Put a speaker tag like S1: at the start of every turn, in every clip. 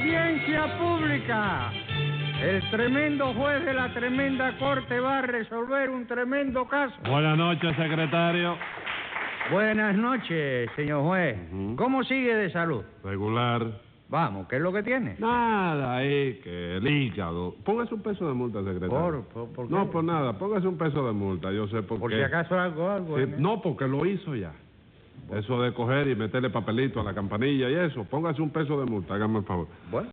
S1: Audiencia pública. El tremendo juez de la tremenda corte va a resolver un tremendo caso.
S2: Buenas noches, secretario.
S1: Buenas noches, señor juez.
S2: Ujú.
S1: ¿Cómo sigue de salud?
S2: Regular.
S1: Vamos, ¿qué es lo que tiene?
S2: Nada, ahí, que el hígado. Póngase un peso de multa, secretario.
S1: Por- por- ¿por qué?
S2: no, por nada. Póngase un peso de multa, yo sé por,
S1: Por
S2: qué.
S1: si acaso algo,
S2: Sí,
S1: algo. ¿eh?
S2: no, porque lo hizo ya. Eso de coger y meterle papelito a la campanilla y eso. Póngase un peso de multa, hágame el favor.
S1: Bueno,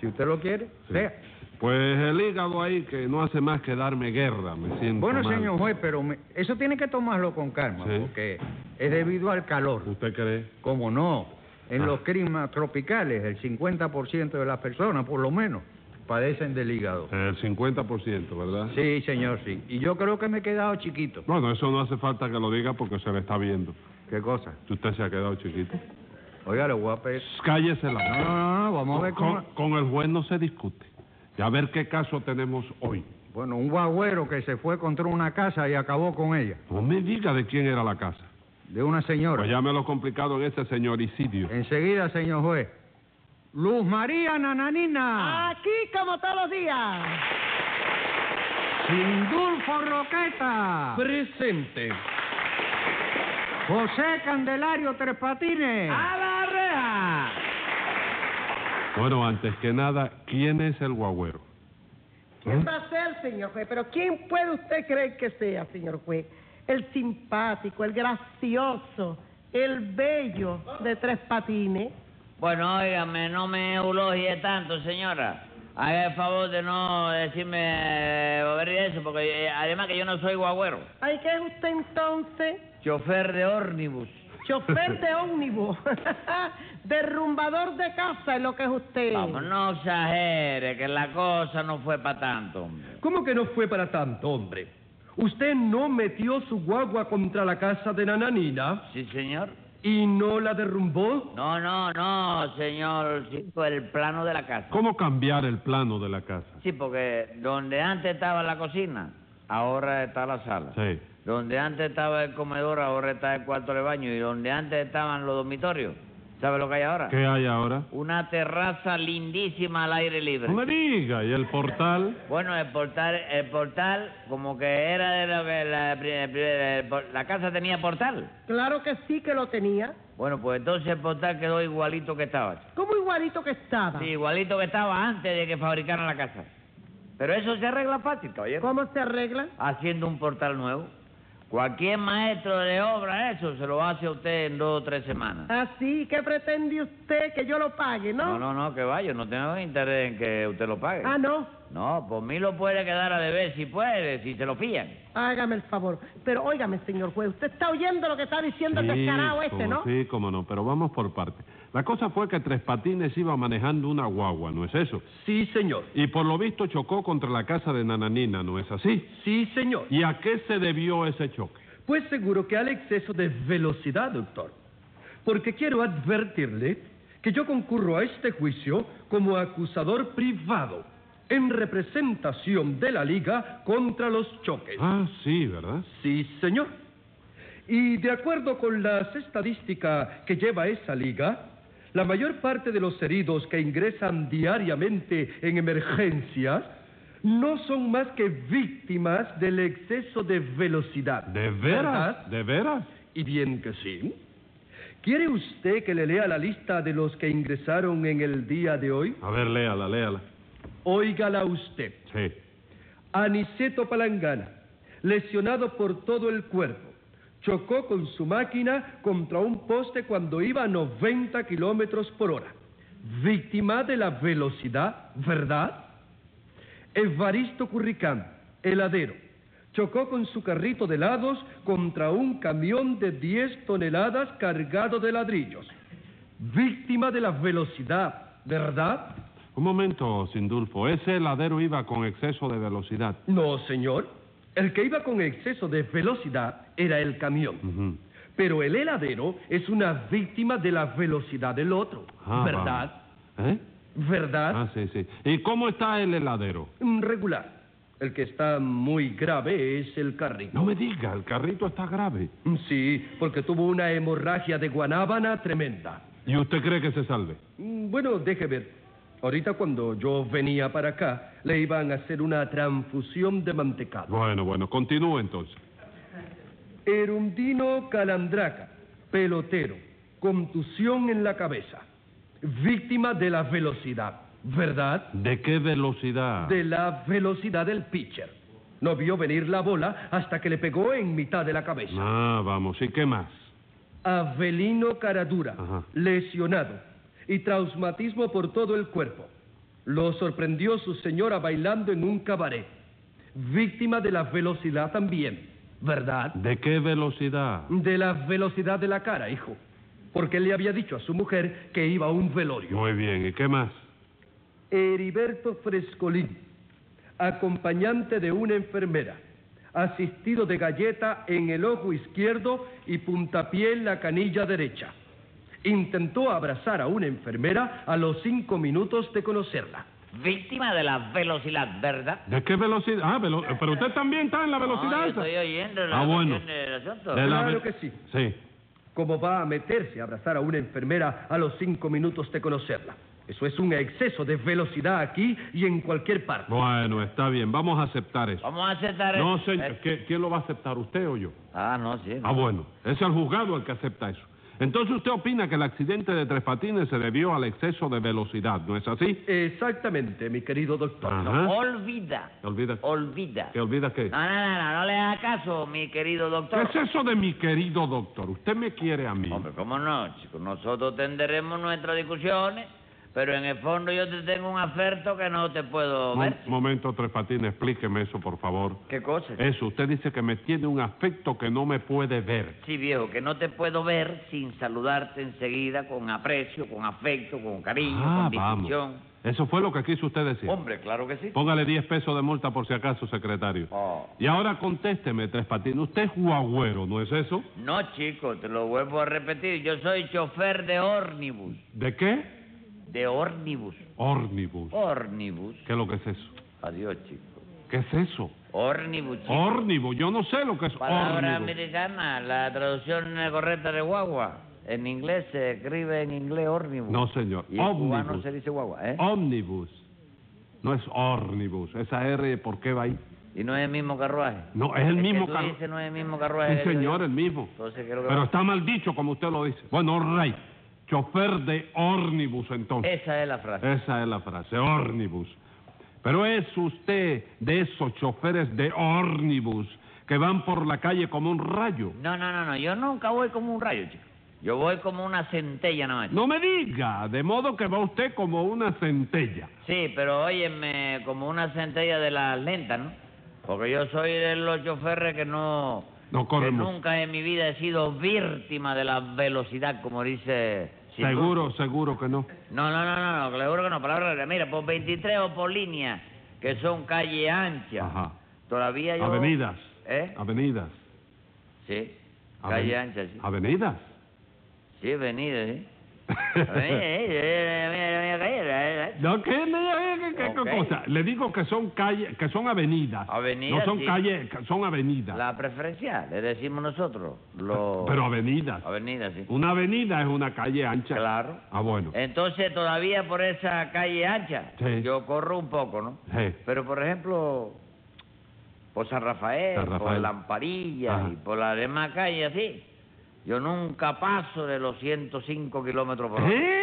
S1: si usted lo quiere,
S2: Sí.
S1: sea.
S2: Pues el hígado ahí que no hace más que darme guerra, me siento
S1: Bueno,
S2: mal.
S1: señor juez, pero me- eso tiene que tomarlo con calma,
S2: Sí.
S1: porque es debido al calor.
S2: ¿Usted cree?
S1: Como no, en
S2: Ah.
S1: los climas tropicales, el 50% de las personas, por lo menos, padecen del hígado.
S2: El 50%, ¿verdad?
S1: Sí, señor, sí. Y yo creo que me he quedado chiquito.
S2: Bueno, eso no hace falta que lo diga porque se le está viendo.
S1: ¿Qué cosa?
S2: Usted se ha quedado chiquito.
S1: Oiga, le voy a pedir-
S2: Cállese la
S1: No, no, no, vamos a ver
S2: con,
S1: cómo...
S2: con el juez no se discute. Y a ver qué caso tenemos hoy.
S1: Bueno, un guagüero que se fue contra una casa y acabó con ella,
S2: No me diga de quién era la casa.
S1: de una señora.
S2: Pues ya me lo complicado en ese señoricidio.
S1: Enseguida, señor juez. Luz María
S3: Ah.
S1: Nananina.
S4: Aquí como todos los días.
S1: Sindulfo Roqueta.
S5: Presente.
S1: José Candelario Tres Patines.
S5: la reja!
S2: Bueno, antes que nada, ¿quién es el guagüero?
S3: ¿Eh?
S4: ¿Quién va a ser, señor juez? Pero ¿quién puede usted creer que sea, señor juez? El simpático, el gracioso, el bello de tres patines.
S3: Bueno, óigame, no me eulogie tanto, señora. Haga el favor de no decirme eh, bobería eso, porque eh, además que yo no soy guagüero.
S4: Ay, ¿qué es usted entonces?
S3: Chofer de ómnibus.
S4: Chofer de ómnibus, derrumbador de casa es lo que es usted.
S3: Vamos, no exagere, que la cosa no fue para tanto. hombre.
S5: ¿Cómo que no fue para tanto, hombre? Usted no metió su guagua contra la casa de Nananina
S3: ¿Sí, señor?
S5: y no la derrumbó.
S3: No, no, no, señor. Sí, fue el plano de la casa.
S2: ¿Cómo cambiar el plano de la casa?
S3: Sí, porque donde antes estaba la cocina, ahora está la sala.
S2: Sí.
S3: Donde antes estaba el comedor, ahora está el cuarto de baño. Y donde antes estaban los dormitorios, ¿sabe lo que hay ahora?
S2: ¿Qué hay ahora?
S3: Una terraza lindísima al aire libre.
S2: No me diga, ¿y el portal?
S3: Bueno, el portal, el portal como que era de lo que la, pri- pri- el por- la casa tenía portal.
S4: Claro que sí que lo tenía.
S3: Bueno, pues entonces el portal quedó igualito que estaba.
S4: Como igualito que estaba.
S3: Sí, igualito que estaba antes de que fabricaran la casa. Pero eso se arregla fácil, caballero.
S4: ¿Cómo se arregla?
S3: Haciendo un portal nuevo. Cualquier maestro de obra eso se lo hace a usted en dos o tres semanas.
S4: Ah, Así, ¿qué pretende usted que yo lo pague,
S3: Ah. No, no, no, que vaya, no tengo interés en que usted lo pague.
S4: Ah, no.
S3: No, por mí lo puede quedar a deber si puede, si se lo fían.
S4: Hágame el favor. Pero óigame, señor juez, usted está oyendo lo que está diciendo el descarado este,
S2: cómo-
S4: ¿no?
S2: pues Sí, cómo no, pero vamos por partes. La cosa fue que Tres Patines iba manejando una guagua, ¿no es eso?
S5: Sí, señor.
S2: Y por lo visto chocó contra la casa de Nananina, ¿no es así?
S5: Sí, señor.
S2: ¿Y a qué se debió ese choque?
S5: Pues seguro que al exceso de velocidad, doctor. Porque quiero advertirle que yo concurro a este juicio como acusador privado en representación de la Liga contra los choques.
S2: Ah, sí, ¿verdad?
S5: Sí, señor. Y de acuerdo con las estadísticas que lleva esa liga, la mayor parte de los heridos que ingresan diariamente en emergencias no son más que víctimas del exceso de velocidad.
S2: ¿De
S5: ¿Verdad?
S2: veras? ¿De veras?
S5: Y bien que sí. ¿Quiere usted que le lea la lista de los que ingresaron en el día de hoy?
S2: A ver, léala, léala.
S5: Óigala usted.
S2: Sí.
S5: Aniceto Palangana, lesionado por todo el cuerpo, chocó con su máquina contra un poste cuando iba a 90 kilómetros por hora. Víctima de la velocidad, ¿verdad? Evaristo Curricán, heladero, chocó con su carrito de helados contra un camión de 10 toneladas cargado de ladrillos. Víctima de la velocidad, ¿verdad?
S2: Un momento, Sindulfo. Ese heladero iba con exceso de velocidad.
S5: No, señor. El que iba con exceso de velocidad era el camión.
S2: Ujú.
S5: Pero el heladero es una víctima de la velocidad del otro.
S2: Ah,
S5: ¿Verdad?
S2: vamos. ¿Eh?
S5: ¿Verdad?
S2: Ah, sí, sí. ¿Y cómo está el heladero?
S5: Mm, Regular. El que está muy grave es el carrito.
S2: No me diga, el carrito está grave.
S5: Mm, Sí, porque tuvo una hemorragia de guanábana tremenda.
S2: ¿Y usted cree que se salve?
S5: Mm, Bueno, deje ver. Ahorita cuando yo venía para acá, le iban a hacer una transfusión de mantecado.
S2: Bueno, bueno, continúe entonces.
S5: Erundino Calandraca, pelotero, contusión en la cabeza, víctima de la velocidad, ¿verdad?
S2: ¿De qué velocidad?
S5: De la velocidad del pitcher. No vio venir la bola hasta que le pegó en mitad de la cabeza.
S2: Ah, vamos, ¿y qué más?
S5: Avelino Caradura,
S2: Ajá.
S5: lesionado y traumatismo por todo el cuerpo. Lo sorprendió su señora bailando en un cabaret. Víctima de la velocidad también, ¿verdad?
S2: ¿De qué velocidad?
S5: De la velocidad de la cara, hijo. Porque él le había dicho a su mujer que iba a un velorio.
S2: Muy bien, ¿y qué más?
S5: Heriberto Frescolín, acompañante de una enfermera, asistido de galleta en el ojo izquierdo y puntapié en la canilla derecha. Intentó abrazar a una enfermera a los cinco minutos de conocerla.
S3: Víctima de la velocidad, ¿verdad?
S2: ¿De qué velocidad? Ah, velo- pero usted también está en la velocidad.
S3: No, yo
S2: esa.
S3: estoy oyendo la
S2: ah, bueno.
S3: cuestión del asunto.
S2: De la ve-
S5: Claro que sí.
S2: Sí.
S5: ¿Cómo va a meterse a abrazar a una enfermera a los cinco minutos de conocerla? Eso es un exceso de velocidad aquí y en cualquier parte.
S2: Bueno, está bien, vamos a aceptar eso.
S3: Vamos a aceptar
S2: No,
S3: el-
S2: señor,
S3: eh,
S2: ¿qué- ¿quién lo va a aceptar, usted o yo?
S3: Ah, no, sí.
S2: Ah, bueno, es el juzgado el que acepta eso. Entonces usted opina que el accidente de Tres Patines se debió al exceso de velocidad, ¿no es así?
S5: Exactamente, mi querido doctor.
S2: Ajá.
S3: Olvida.
S2: Olvida.
S3: Olvida.
S2: ¿Que olvida qué?
S3: No, no, no, no, no le hagas caso, mi querido
S2: ¿Qué
S3: doctor.
S2: es eso de mi querido doctor? Usted me quiere a mí.
S3: Hombre, ¿cómo no, chico? Nosotros tendremos nuestras discusiones, pero en el fondo yo te tengo un aferto que no te puedo
S2: Un
S3: ver.
S2: momento, Tres Patines, explíqueme eso, por favor.
S3: ¿Qué cosa?
S2: Eso, usted dice que me tiene un afecto que no me puede ver.
S3: Sí, viejo, que no te puedo ver sin saludarte enseguida con aprecio, con afecto, con cariño,
S2: ah,
S3: con
S2: vamos.
S3: distinción.
S2: Eso fue lo que quiso usted decir.
S3: Hombre, claro que sí.
S2: Póngale 10 pesos de multa por si acaso, secretario.
S3: Oh.
S2: Y ahora contésteme, Tres Patines. Usted es guagüero, ¿no es eso?
S3: No, chico, te lo vuelvo a repetir. Yo soy chofer de ómnibus.
S2: ¿De qué?
S3: De ómnibus.
S2: Órnibus.
S3: Ómnibus.
S2: ¿Qué es lo que es eso?
S3: Adiós, chico.
S2: ¿Qué es eso?
S3: Ómnibus, chico.
S2: Órnibus. Yo no sé lo que es
S3: Palabra
S2: órnibus.
S3: americana, la traducción eh, correcta de guagua. En inglés se escribe en inglés ómnibus.
S2: No, señor.
S3: Y en cubano
S2: Ómnibus.
S3: se dice guagua, ¿eh?
S2: Ómnibus. No es órnibus. Esa R, ¿por qué va ahí?
S3: Y no es el mismo carruaje.
S2: No, es el mismo
S3: que tú
S2: carro-
S3: dices pues, no es el mismo
S2: Sí,
S3: carruaje. que digo
S2: señor,
S3: yo.
S2: el mismo.
S3: Entonces creo que
S2: Pero
S3: va-
S2: está mal dicho, como usted lo dice. Bueno, rey. Chofer de órnibus, entonces.
S3: Esa es la frase.
S2: Esa es la frase, órnibus. Pero es usted de esos choferes de órnibus que van por la calle como un rayo.
S3: No, no, no, no. Yo nunca voy como un rayo, chico. Yo voy como una centella nada más. chico.
S2: No me diga, de modo que va usted como una centella.
S3: Sí, pero óyeme, como una centella de las lentas, ¿no? Porque yo soy de los choferes que no...
S2: No
S3: que
S2: corremos.
S3: nunca en mi vida he sido víctima de la velocidad, como dice... Silvio.
S2: Seguro, seguro que no.
S3: No, no, no, no, no, seguro que no. Palabra, mira, por 23 o por línea, que son calle ancha.
S2: Ajá.
S3: Todavía yo...
S2: Avenidas.
S3: ¿Eh?
S2: Avenidas.
S3: Sí,
S2: Aven-
S3: calle ancha, sí.
S2: Avenidas.
S3: Sí, avenida, sí. Avenida, sí, avenida, avenida, calle, eh, eh.
S2: No, ¿qué, no, qué- qué- qué
S3: Ok.
S2: cosa? Le digo que son calles, que son avenidas.
S3: Avenidas,
S2: No son
S3: sí.
S2: calles, que son avenidas.
S3: La preferencial, le decimos nosotros. Los...
S2: Pero avenidas.
S3: Avenida, sí.
S2: Una avenida es una calle ancha.
S3: Claro. Eh.
S2: Ah, bueno.
S3: Entonces, todavía por esa calle ancha,
S2: Sí.
S3: yo corro un poco, ¿no?
S2: Sí.
S3: Pero, por ejemplo, por San Rafael,
S2: San
S3: por
S2: Rafael.
S3: Lamparilla
S2: Ajá.
S3: y por las demás calles así, yo nunca paso de los 105 kilómetros por hora.
S2: ¿Eh?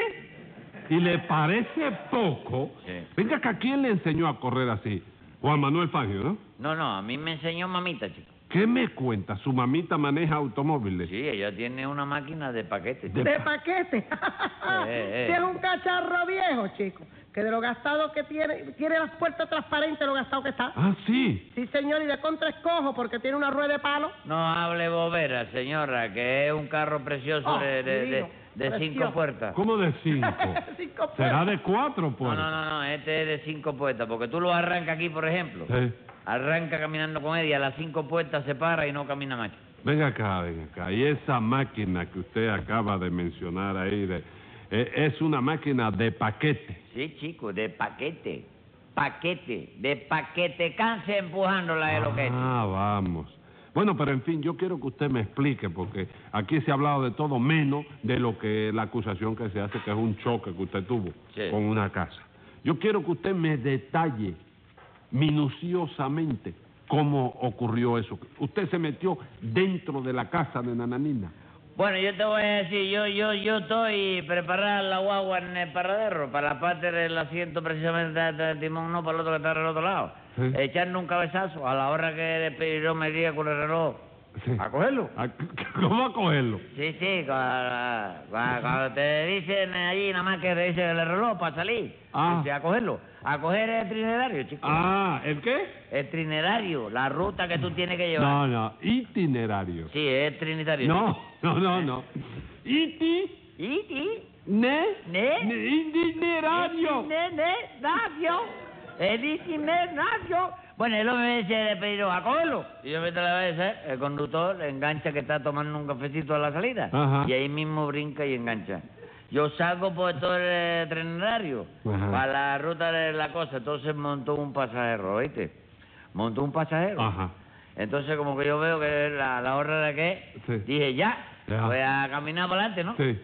S2: Y le parece poco.
S3: Sí.
S2: Venga, que ¿a quién le enseñó a correr así? Juan Manuel Fangio, ¿no?
S3: No, no, a mí me enseñó mamita, chico.
S2: ¿Qué me cuenta? Su mamita maneja automóviles.
S3: Sí, ella tiene una máquina de paquetes.
S2: De-
S4: De paquete.
S3: eh.
S4: Si es un cacharro viejo, chico. Que de lo gastado que tiene, tiene las puertas transparentes, lo gastado que está.
S2: Ah, sí.
S4: Sí, señor, y de contra escojo porque tiene una rueda de palo.
S3: No hable bobera, señora, que es un carro precioso
S4: Oh,
S3: de, de- de-
S4: divino,
S3: de cinco
S4: precioso.
S3: puertas.
S2: ¿Cómo de cinco?
S4: Cinco
S2: ¿Será
S4: puertas.
S2: de cuatro,
S3: No,
S2: pues?
S3: no, no, no, este es de cinco puertas, porque tú lo arrancas aquí, por ejemplo.
S2: Sí.
S3: Arranca caminando con él y a las cinco puertas se para y no camina más.
S2: Venga acá, venga acá. Y esa máquina que usted acaba de mencionar ahí, de- eh, es una máquina de paquete.
S3: Sí, chico, de paquete. Paquete, de paquete. Canse empujándola de lo que es.
S2: Ah, vamos. Bueno, pero en fin, yo quiero que usted me explique, porque aquí se ha hablado de todo menos de lo que la acusación que se hace, que es un choque que usted tuvo
S3: Sí.
S2: con una casa. Yo quiero que usted me detalle minuciosamente cómo ocurrió eso. Usted se metió dentro de la casa de Nananina.
S3: Bueno, yo te voy a decir, yo yo yo estoy preparada la guagua en el paradero, para la parte del asiento precisamente de- del timón, no para el otro que está al otro lado.
S2: Sí.
S3: Echando un cabezazo a la hora que el pediró me diga con el reloj. ¿A cogerlo?
S2: ¿A- ¿Cómo a cogerlo?
S3: Sí, sí, cua- cua- cuando te dicen allí, nada más que te dicen el reloj para salir.
S2: Ah.
S3: Dice, a cogerlo. A coger el trinerario, chico.
S2: Ah, ¿el qué?
S3: El trinerario, la ruta que tú tienes que llevar.
S2: No, no, itinerario.
S3: Sí, es trinitario.
S2: No, no, no, no. Iti,
S3: ¿Y, y?
S2: ne,
S3: Ne.
S2: itinerario.
S3: Ne- ne- radio. El itinerario. Bueno, el hombre me dice, le pedido a cogerlo. Y yo meto la vez, ¿eh? el conductor engancha que está tomando un cafecito a la salida.
S2: Ajá.
S3: Y ahí mismo brinca y engancha. Yo salgo por todo el eh, trinerario,
S2: Ajá.
S3: para la ruta de la cosa. Entonces montó un pasajero, ¿oíste? Montó un pasajero.
S2: Ajá.
S3: Entonces, como que yo veo que la, la hora de que
S2: Sí.
S3: dije ya,
S2: Ya.
S3: voy a caminar para adelante, ¿no?
S2: Sí.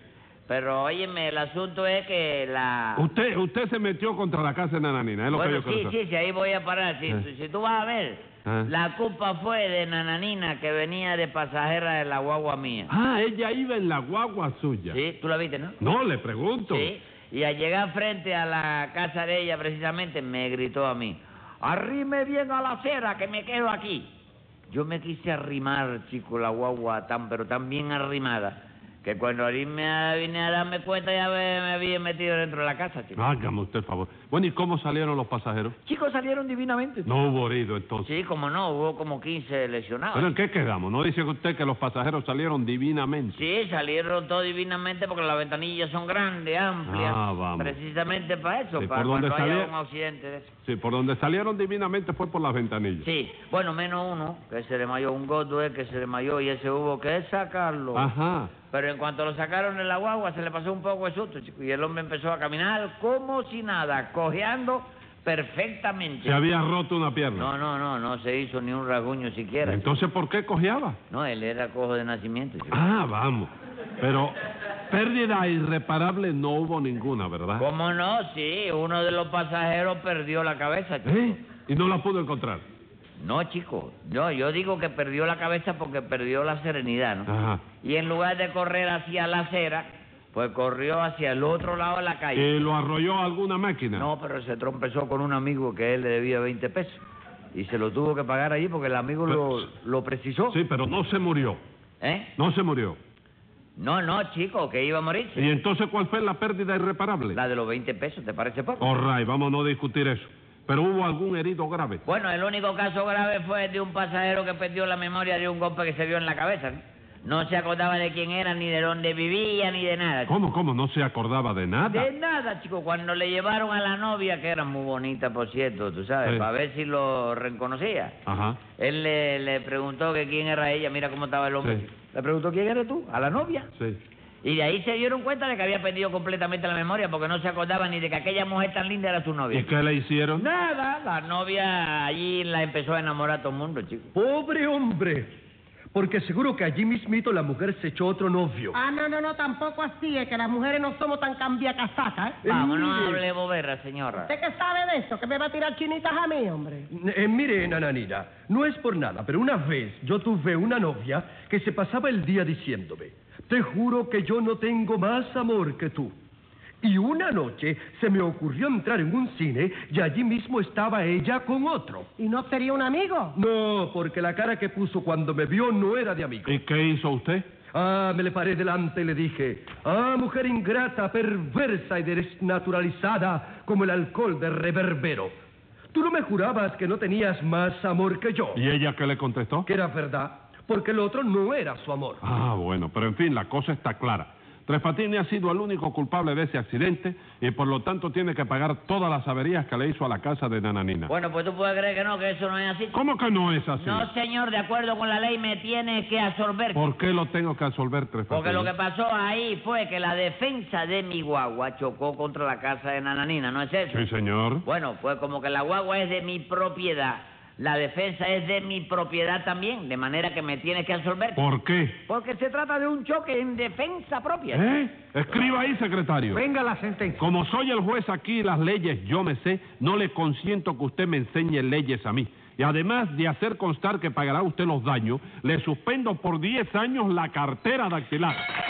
S3: Pero óyeme, el asunto es que la...
S2: Usted, usted se metió contra la casa de Nananina, es Uh, lo
S3: bueno,
S2: que yo quiero
S3: sí,
S2: saber.
S3: sí, sí, ahí voy a parar. Si,
S2: Ah.
S3: si- si tú vas a ver,
S2: Ah.
S3: la culpa fue de Nananina que venía de pasajera de la guagua mía.
S2: Ah, ella iba en la guagua suya.
S3: Sí, tú la viste, ¿no?
S2: No, le pregunto.
S3: Sí. Y al llegar frente a la casa de ella, precisamente, me gritó a mí, arrime bien a la acera que me quedo aquí. Yo me quise arrimar, chico, la guagua tan, pero tan bien arrimada, que cuando arrime a- vine a darme cuenta ya me, me había metido dentro de la casa, chico.
S2: Hágame usted el favor. Bueno, ¿y cómo salieron los pasajeros?
S3: Chicos salieron divinamente.
S2: No hubo herido entonces.
S3: Sí, como no, hubo como 15 lesionados.
S2: Bueno, ¿en qué quedamos? ¿No dice usted que los pasajeros salieron divinamente?
S3: Sí, salieron todos divinamente porque las ventanillas son grandes, amplias.
S2: Ah, vamos.
S3: Precisamente para eso,
S2: Sí,
S3: para
S2: ¿por dónde
S3: cuando haya
S2: salía?
S3: un accidente de eso.
S2: Sí, por donde salieron divinamente fue por las ventanillas.
S3: Sí, bueno, menos uno, que se desmayó, un gordo es que se desmayó y ese hubo que sacarlo.
S2: Ajá.
S3: Pero en cuanto lo sacaron de la guagua, se le pasó un poco de susto, chico, y el hombre empezó a caminar como si nada, cojeando perfectamente.
S2: Se había roto una pierna.
S3: No, no, no, no se hizo ni un rasguño siquiera.
S2: Entonces, ¿por qué cojeaba?
S3: No, él era cojo de nacimiento. chico.
S2: Ah, vamos. Pero pérdida irreparable no hubo ninguna, ¿verdad?
S3: ¿Cómo no? Sí, uno de los pasajeros perdió la cabeza, chico.
S2: ¿Eh? Y no la pudo encontrar.
S3: No, chico, no, yo digo que perdió la cabeza porque perdió la serenidad, ¿no?
S2: Ajá.
S3: Y en lugar de correr hacia la acera, pues corrió hacia el otro lado de la calle.
S2: ¿Y lo arrolló alguna máquina?
S3: No, pero se trompezó con un amigo que él le debía 20 pesos. Y se lo tuvo que pagar allí porque el amigo lo, lo precisó.
S2: Sí, pero no se murió.
S3: ¿Eh?
S2: No se murió.
S3: No, no, chico, que iba a morirse.
S2: ¿Y entonces cuál fue la pérdida irreparable?
S3: La de los 20 pesos, ¿te parece poco?
S2: All right, vamos a no discutir eso. Pero hubo algún herido grave.
S3: Bueno, el único caso grave fue el de un pasajero que perdió la memoria de un golpe que se vio en la cabeza. ¿no? No se acordaba de quién era, ni de dónde vivía, ni de nada. chico.
S2: ¿Cómo, cómo? ¿No se acordaba de nada?
S3: De nada, chico. Cuando le llevaron a la novia, que era muy bonita, por cierto, tú sabes,
S2: Sí.
S3: para ver si lo reconocía.
S2: Ajá.
S3: Él le, le preguntó que quién era ella, mira cómo estaba el hombre.
S2: Sí.
S3: Le preguntó quién eres tú, a la novia.
S2: Sí.
S3: Y de ahí se dieron cuenta de que había perdido completamente la memoria porque no se acordaba ni de que aquella mujer tan linda era su novia.
S2: ¿Y qué le hicieron?
S3: Nada, la novia allí la empezó a enamorar a todo el mundo, chico.
S5: Pobre hombre, porque seguro que allí mismito la mujer se echó otro novio.
S4: Ah, no, no, no, tampoco así, es que las mujeres no somos tan cambiacasacas,
S2: Ah.
S4: ¿eh?
S5: Eh,
S3: Vamos, no
S5: mire.
S3: hable boberra, señora.
S4: ¿Usted qué sabe de eso? ¿Que me va a tirar chinitas a mí, hombre?
S5: Eh, mire, Nananina, no es por nada, pero una vez yo tuve una novia que se pasaba el día diciéndome, te juro que yo no tengo más amor que tú. Y una noche se me ocurrió entrar en un cine y allí mismo estaba ella con otro.
S4: ¿Y no sería un amigo?
S5: No, porque la cara que puso cuando me vio no era de amigo.
S2: ¿Y qué hizo usted?
S5: Ah, me le paré delante y le dije, ah, mujer ingrata, perversa y desnaturalizada como el alcohol de reverbero. Tú no me jurabas que no tenías más amor que yo.
S2: ¿Y ella qué le contestó?
S5: Que era verdad, porque el otro no era su amor.
S2: Ah, bueno, pero en fin, la cosa está clara. Tres Patines ha sido el único culpable de ese accidente y por lo tanto tiene que pagar todas las averías que le hizo a la casa de Nananina.
S3: Bueno, pues tú puedes creer que no, que eso no es así.
S2: ¿Cómo que no es así?
S3: No, señor, de acuerdo con la ley me tiene que absorber.
S2: ¿Por qué lo tengo que absolver, Tres Patines?
S3: Porque lo que pasó ahí fue que la defensa de mi guagua chocó contra la casa de Nananina, ¿no es eso?
S2: Sí, señor.
S3: Bueno, pues como que la guagua es de mi propiedad, La defensa es de mi propiedad también, de manera que me tienes que absolver.
S2: ¿Por qué?
S3: Porque se trata de un choque en defensa propia.
S2: ¿Eh? Escriba ahí, secretario.
S1: Venga la sentencia.
S2: Como soy el juez aquí y las leyes yo me sé, no le consiento que usted me enseñe leyes a mí. Y además de hacer constar que pagará usted los daños, le suspendo por 10 años la cartera dactilar.